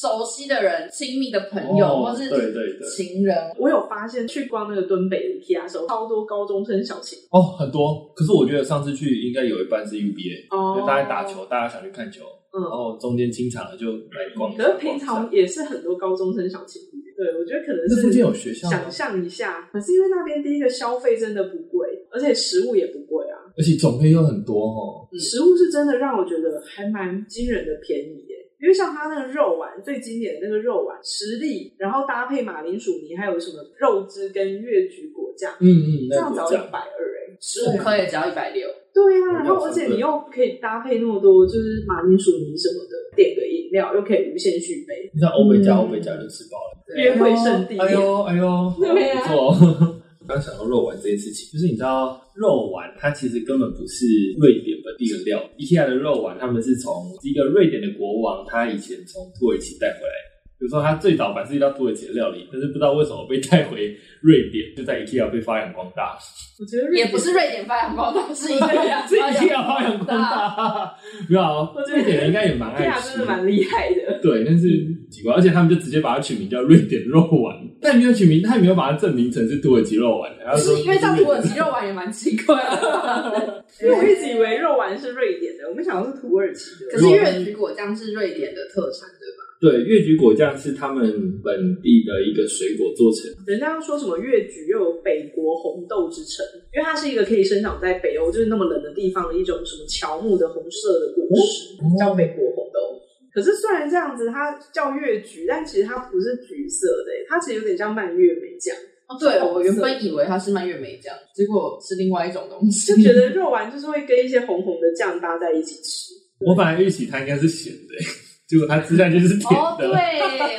熟悉的人、亲密的朋友、哦或是对对对情人，我有发现去逛那个敦北的 IKEA 的时候，超多高中生小情侣哦，很多。可是我觉得上次去应该有一半是 UBA，哦就大家打，球，大家想去看球，然嗯，后中间清场了就来逛一下。可是平逛一常下也是很多高中生小情侣，对我觉得可能这附近是有学校吗，想象一下，可是因为那边第一个消费真的不贵，而且食物也不贵啊，而且种类又很多哦。嗯食物是真的让我觉得还蛮惊人的便宜耶。因为像它那个肉丸，最经典的那个肉丸，实力，然后搭配马铃薯泥，还有什么肉汁跟越橘果酱，嗯嗯，这那样个只要这样一百二哎，十五颗也只要一百六。对呀、我然没有后而想且过你又可以搭配那么多，就是马铃薯泥什么的，点个饮料又可以无限续杯，你像欧美家，嗯欧美家就吃饱了。约会圣地。哎呦哎呦，对啊不错哦。刚想到肉丸这件事情，就是你知道肉丸它其实根本不是瑞典本地的料，IKEA 的肉丸他们是从一个瑞典的国王，他以前从土耳其带回来的。比如说，他最早本来是一道土耳其的料理，但是不知道为什么被带回瑞典，就在 IKEA 被发扬光大。 我觉得瑞典也不是，瑞典发扬光大，是一个 是 IKEA 发扬光大，没有啊，我觉得瑞典人应该也蛮对爱啊，吃真的蛮厉害的。对，但是奇怪，而且他们就直接把它取名叫瑞典肉丸，但没有取名，他也没有把它证明成是土耳其肉丸，然后说是因为像土耳其肉丸也蛮奇怪的，因为我一直以为肉丸是瑞典的，我没想到是土耳其的。可是越橘果酱是瑞典的特产，对吧？对，越橘果酱是他们本地的一个水果做成，人家说什么越橘又有北国红豆之称，因为它是一个可以生长在北欧就是那么冷的地方的一种什么乔木的红色的果实，哦叫北国红豆。可是虽然这样子它叫越橘，但其实它不是橘色的、欸它其实有点像蔓越莓酱，哦，对，我原本以为它是蔓越莓酱，结果是另外一种东西就。觉嗯得肉丸就是会跟一些红红的酱搭在一起吃。我本来预期它应该是咸的，欸结果它自然就是 甜哦，对的。，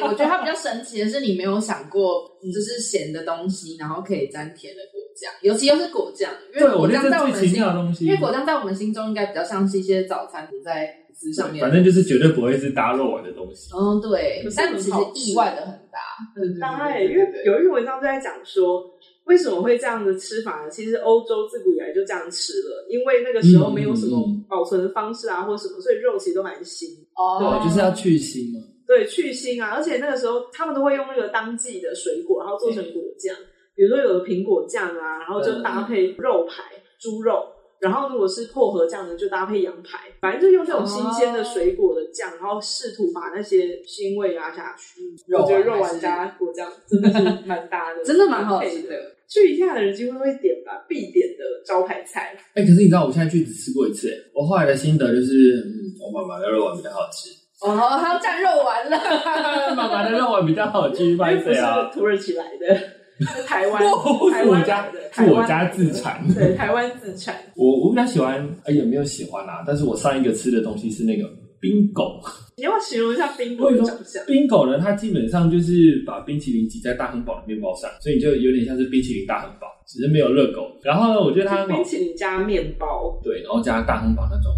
我觉得它比较神奇的是，你没有想过，就是咸的东西，然后可以沾甜的果酱，尤其又是果酱，因为对，果我觉酱得在这我是们最奇心妙的东西。因为果酱在我们心中应该比较像是一些早餐涂在丝上面。反正就是绝对不会是搭肉丸的东西。嗯，对可是，但很其实好吃意外的很大。嗯很大对爱，对对因为对有一篇文章就在讲说，为什么会这样的吃法呢？其实欧洲自古以来就这样吃了，因为那个时候没有什么嗯保存的方式啊，或什么，所以肉其实都蛮腥。哦对，就是要去腥嘛。对，去腥啊，而且那个时候他们都会用那个当季的水果，然后做成果酱，比如说有的苹果酱啊，然后就搭配肉排、猪肉，然后如果是薄荷酱呢，就搭配羊排，反正就用这种新鲜的水果的酱，然后试图把那些腥味压下去。肉丸我觉得肉还丸是加果酱 真的是蛮搭的，真的蛮好吃配的。的。去一下的人几乎都会点吧，必点的招牌菜。哎、可是你知道我现在去只吃过一次、哎，我后来的心得就是，嗯，我妈妈的肉丸比较好 吃，哦，还要蘸肉丸了。妈妈的肉丸比较好吃，因为拍不谁是啊？土耳其来的， 是台湾，不台是我湾家来的，是台我湾家来的自产。对，台湾自产。我我比较喜欢，哎、有没有喜欢啊？但是我上一个吃的东西是那个冰狗，你要不要形容一下冰棍的长相？冰狗呢，它基本上就是把冰淇淋挤在大亨堡的面包上，所以你就有点像是冰淇淋大亨堡，只是没有热狗。然后呢，我觉得它很好冰淇淋加面包，对，然后加大亨堡那种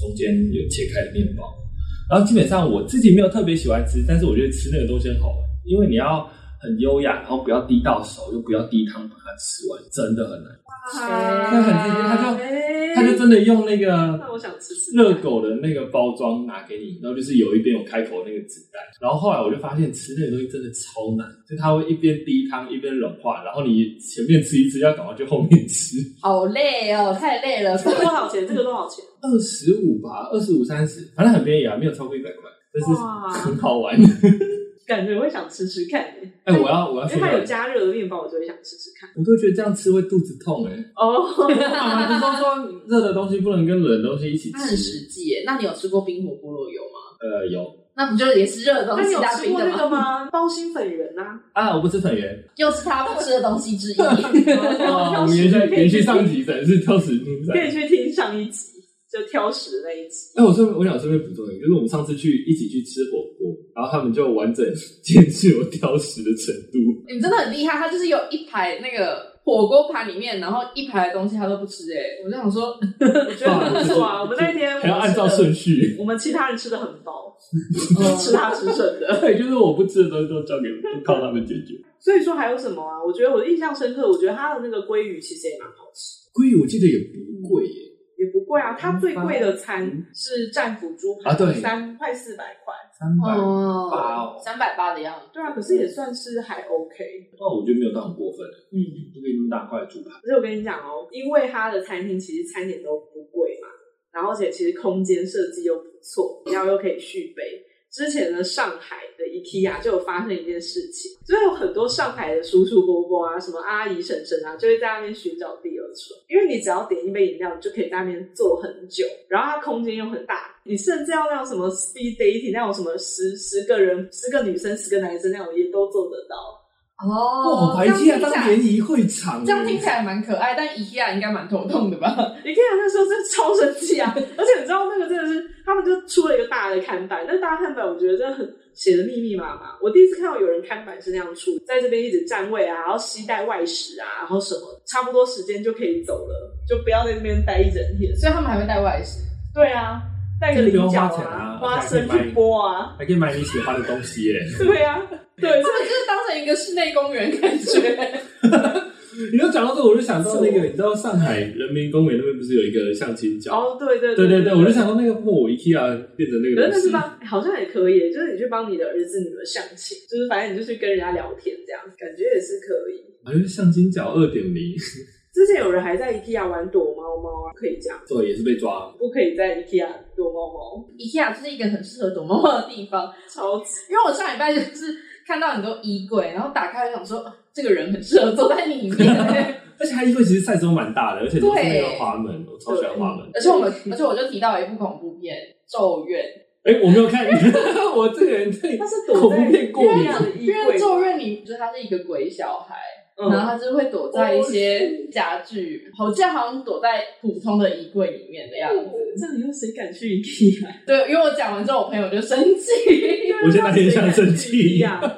中间有切开的面包。然后基本上我自己没有特别喜欢吃，但是我觉得吃那个东西很好玩，因为你要很优雅，然后不要滴到手，又不要滴汤把它吃完，真的很难。啊那很直接，他就哎他就真的用那那个我想吃吃看热狗的那个包装拿给你，然后就是有一边有开口那个纸袋。然后后来我就发现吃那个东西真的超难，就它会一边滴汤一边融化，然后你前面吃一吃，要赶快去后面吃。好累哦，太累 了。这个多少钱？这个多 少钱？二十五吧，二十五三十，反正很便宜啊，没有超过一百块，但是哇 很好玩。感觉我会想吃吃看耶，哎、我要我要因去为它有买，加热的面包，我就会想吃吃看。我都觉得这样吃会肚子痛啊哎、 哦，妈妈不是说热的东西不能跟冷的东西一起它很吃？实际耶。那你有吃过冰火菠萝油吗？呃，有那不就也是热的那东你西有加吃冰过的那吗？个吗？包心粉圆呐，啊，我不吃粉圆。 又是他不吃的东西之一。 哦，挑我们延食续的可以延续去上听，集的是挑食精神可。以去听上一集，就挑食的那一集。哎、我顺便我想顺便补充一个，就是我们上次去一起去吃火锅，然后他们就完整见识我挑食的程 度。你真的很厉害，他就是有一排那个火锅盘里面，然后一排的东西他都不吃哎。我就 想说，我觉得很不错啊。我们那天我哦还要们按吃照的，顺序， 哦我们其他人吃的很饱，吃嗯他吃剩的。对，就是我不吃的东西都交给都靠他们解决。所以说还有什么啊？我觉得我印象深刻，我觉得它的那个鲑鱼其实也蛮好吃，鲑鱼我记得也不贵耶，也不贵啊。它最贵的餐是战斧猪排，嗯啊对三块四百块。三百八哦哦，三百八的样子。对啊，可是也算是还 OK。那哦我觉得没有到很过分，啊嗯，不给你那么大块的猪排。可是我跟你讲哦，因为它的餐厅其实餐点都不贵嘛，然后而且其实空间设计又不错，然后又可以续杯。之前呢，上海的 IKEA 就有发生一件事情，就有很多上海的叔叔伯伯啊，什么阿姨婶婶啊，就会在那边寻找第二春，因为你只要点一杯饮料，你就可以在那边坐很久，然后它空间又很大，你甚至要那种什么 speed dating 那种什么十十个人、十个女生、十个男生那种也都做得到。哦这样听起来啊谊会场这样听起来蛮可爱，但 IKEA 应该蛮头痛的吧？你看那时候真的超生气啊！ 而且你知道那个真的是，他们就出了一个大的看板，那大看板我觉得真的很写的密密麻麻。我第一次看到有人看板是那样出，在这边一直占位啊，然后携带外食啊，然后什么，差不多时间就可以走了，就不要在这边待一整天。所以他们还会带外食。 对啊，带个这个不菱用角花钱啊花还可以生买去剥啊，还可以买你喜欢的东西耶。对啊，对，他们就是当成一个室内公园 感觉。你都讲到这，我就想到那个，你知道上海人民公园那边不是有一个相亲角？哦，对对对对对对，我就想到那个破 IKEA 变成那可是个那东是西。帮，好像也可以，就是你去帮你的儿子女儿相亲，就是哎反正你就去跟人家聊天这样，感觉也是可以。好像是相亲角二点零， 这之前有人还在 IKEA 玩躲猫猫啊，可以讲最后也是被抓了。不可以在 IKEA 躲猫猫？ IKEA 就是一个很适合躲猫猫的地方，超级因为我上礼拜就是看到很多衣柜，然后打开我想说，啊这个人很适合坐在里 面。 而且它衣柜其实 size 都蛮大的，而且都是那对个花门，我超喜欢花门。而且我们，而且我就提到一部恐怖片《咒怨》，哎、我没有看， 我这个人对它是恐躲在怖片过敏月。亮的衣因为柜《咒怨》里就是他是一个鬼小孩，然嗯，哦后他就会躲在一些家具，我记得好像躲在普通的衣柜里面的样子。这里有谁敢去 IKEA？对，因为我讲完之后，我朋友就生气， 我觉得那天像生气 IKEA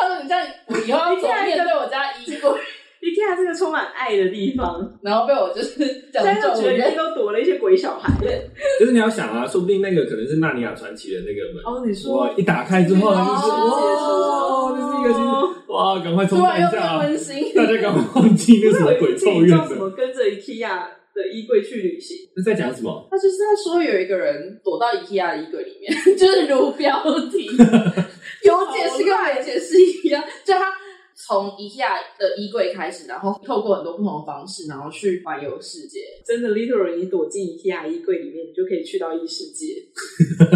他说：“你这样，我以后要走面对我家衣柜。 IKEA 这个充满爱的地方，”然后被我就是讲现在就觉咒得里面怨，都躲了一些鬼小孩。就是你要想啊，说不定那个可能是《纳尼亚传奇》的那个门，哦，你哇，一打开之后，它就是哦哇，这是一个新哦的哇，赶快冲突淡然一又变下啊！温馨。大家赶快忘记那什么鬼咒你怨知道什的，么跟着 IKEA 的衣柜去旅行？那在讲什么？他就是在说有一个人躲到 IKEA 的衣柜里面， 就是如标 题，有解释跟没解释一样，就他从 IKEA 的衣柜开始，然后透过很多不同的方式，然后去环游世界。真的，literal，你躲进 IKEA 衣柜里面，你就可以去到异世界。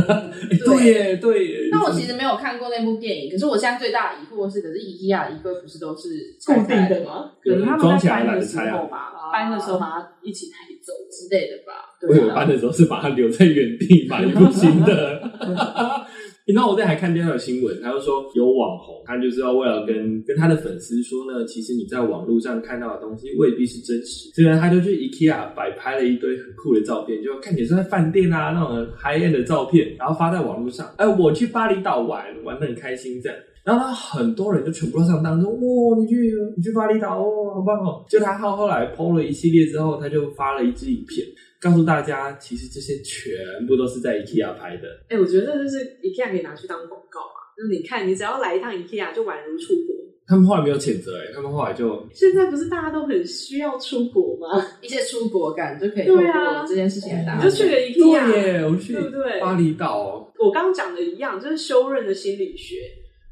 哎对耶，对耶。但我就是其实没有看过那部电影，可是我现在最大的疑惑是，可是 IKEA 的衣柜不是都是拆开的吗？可有能人他装们起在来搬懒的得时拆啊候吧，啊搬的时候把它一起抬走。之类的吧？我有对啊，搬的时候是把它留在原地买一部新的。 你知道我在还看第二条新闻，他就说有网红，他就是要为了跟跟他的粉丝说呢，其实你在网络上看到的东西未必是真实。虽然他就去 IKEA 摆拍了一堆很酷的照片，就看起来是在饭店啊那种 high end 的照片，然后发在网络上。哎，我去巴厘岛玩，玩的很开心这样。然后他很多人就全部都上当，说哇、你去你去巴厘岛哦，好棒哦！就他后后来 PO 了一系列之后，他就发了一支影片，告诉大家，其实这些全部都是在 IKEA 拍的。哎、我觉得这就是 IKEA 可以拿去当广告啊。就是你看，你只要来一趟 IKEA，就宛如出国。他们后来没有谴责、哎，他们后来就现在不是大家都很需要出国 吗？一些出国感就可以透过对啊这件事情来达你成就去了对 IKEA，耶，我去对不对巴厘岛哦，我刚刚讲的一样，就是修润的心理学。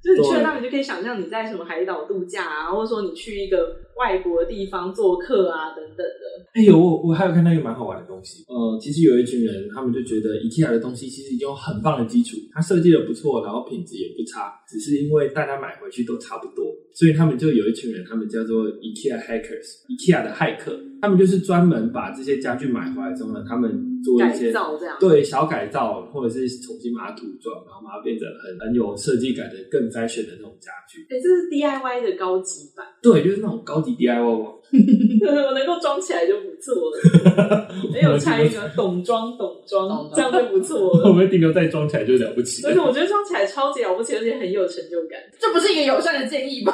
就是你去了那里，就可以想象你在什么海岛度假啊，或者说你去一个外国地方做客啊，等等的。哎呦，我我还有看到一个蛮好玩的东西。呃，其实有一群人，他们就觉得 IKEA 的东西其实已经有很棒的基础，它设计的不错，然后品质也不差，只是因为大家买回去都差不多，所以他们就有一群人，他们叫做 IKEA hackers，IKEA 的骇客，他们就是专门把这些家具买回来之后呢，他们做一改些造这样。对小改造，或者是重新把它涂装，然后把它变成很很有设计感的、更 fashion 的那种家具。哎、这是 DIY 的高级版，对，就是那种高级 DIY 网 我能够装起来就不错了。 没有拆一个懂装懂装懂，装这样就不错 我 了。们顶多再装起来就了不起了而。且我觉得装起来超级了不起，而且很有成就感。这不是一个友善的建议吧？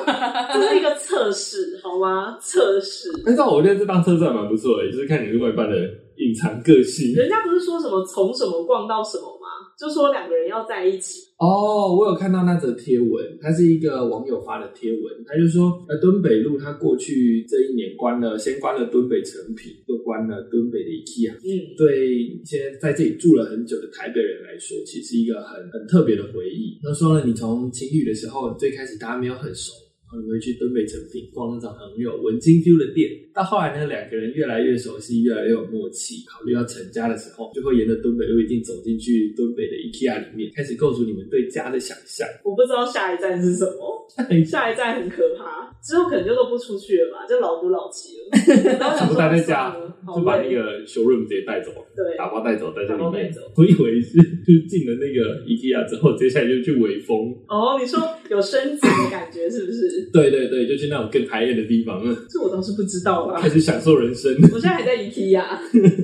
这是一个测试，好吗？测试。哎但是我觉得这当车站蛮不错的，就是看你另外一半的隐藏个性。人家不是说什么从什么逛到什么吗？就说两个人要在一起，哦，我有看到那则贴文，它是一个网友发的贴文，他就说，呃，敦北路它过去这一年关了，先关了敦北成品，又关了敦北的 IKEA，嗯，对现在在这里住了很久的台北人来说，其实是一个很很特别的回忆。那说呢，你从情侣的时候，最开始大家没有很熟，然后你会去敦北成品逛那种很有文青 feel 的店，到后来呢，两个人越来越熟悉，越来越有默契，考虑要成家的时候，就会沿着敦北路一定走进去敦北的 IKEA 里面，开始构筑你们对家的想象。 我不知道下一站是什么，下一站很可怕，之后可能就都不出去了吧，就老夫老妻 了，然后想全部说待在家算了，好就把那累个 showroom 直接带 走，对打包带走，带 在打里包带面走。我以为是就进了那个 IKEA 之后，接下来就去微风。哦，你说有升级的感觉是不是？对对对，就去那种更开业的地方， 嗯这我倒是不知道啦开。始享受人生。我现在还在 IKEA，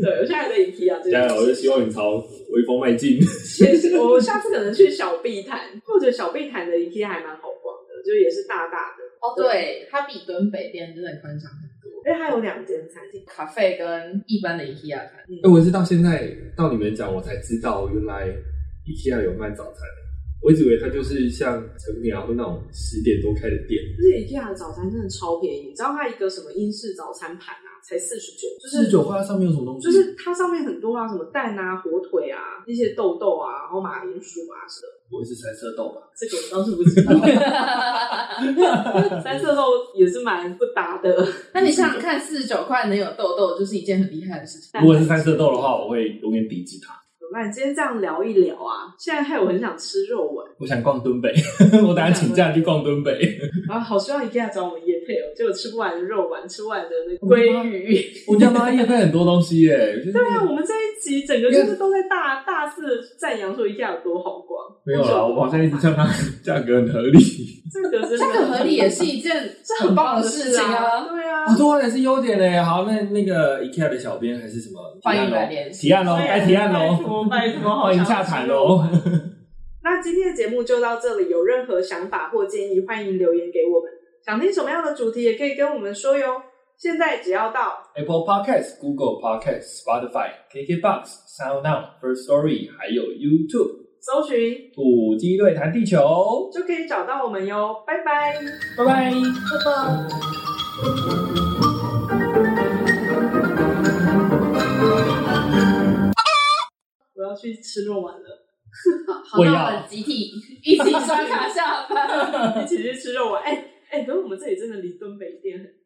对我现在还在 IKEA 这 加油！我就个。希望你朝微风迈进。谢谢。我下次可能去小碧潭，或者小碧潭的 IKEA 还蛮好逛的，就也是大大的，哎哦，对，它比敦北店真的宽敞很多，因为它有两间餐厅。咖啡跟一般的 IKEA 餐 哎，我是到现在到你们讲，我才知道原来 IKEA 有卖早餐。我一直以为它就是像成品啊，或那种十点多开的店。就是 IKEA 的早餐真的超便宜，你知道它一个什么英式早餐盘啊，才四十九，就四是十九块它上面有什么东西？就是它上面很多啊，什么蛋啊、火腿啊、一些豆豆啊，然后马铃薯啊什么的。我会是三色豆吧？这个我倒是不知道，厅。三色豆也是蛮不搭的。 那你想想看，四十九块能有痘痘，就是一件很厉害的事情。如果是三色豆的话，我会永远抵制它。怎么办？今天这样聊一聊啊，现在害我很想吃肉丸。我想逛敦北， 我等下请假去逛敦北。 啊，好希望一定要找我们叶配哦，结果吃不完的肉丸，吃不完的那个鲑 鱼。 我家妈也会很多东西耶，就是对啊，我们这一集整个就是都在大大肆赞扬说一定要有多好逛。没有啦，我好像一直这叫它 价格很合理。这个真的价格合理 也是一件是很棒棒的事情情啊！对啊我，多也是优点嘞。好，那那个 IKEA 的小编还是什么？欢迎来联系提案喽，该提案啊拜喽，托拜托，好欢迎想下要台吃肉喽丸。。 那今天的节目就到这里，有任何想法或建议，欢迎留言给我们。想听什么样的主题，也可以跟我们说哟。现在只要到 Apple Podcast、Google Podcast、Spotify、KKBox、SoundOn、First Story，还有 YouTube 搜寻，土鸡队谈地球，就可以找到我们哟。拜拜。拜拜。我要去吃肉丸了， 好，那我我要们集体一起刷卡下班。一起去吃肉丸。哎、哎，可是我们这里真的离敦北店很近。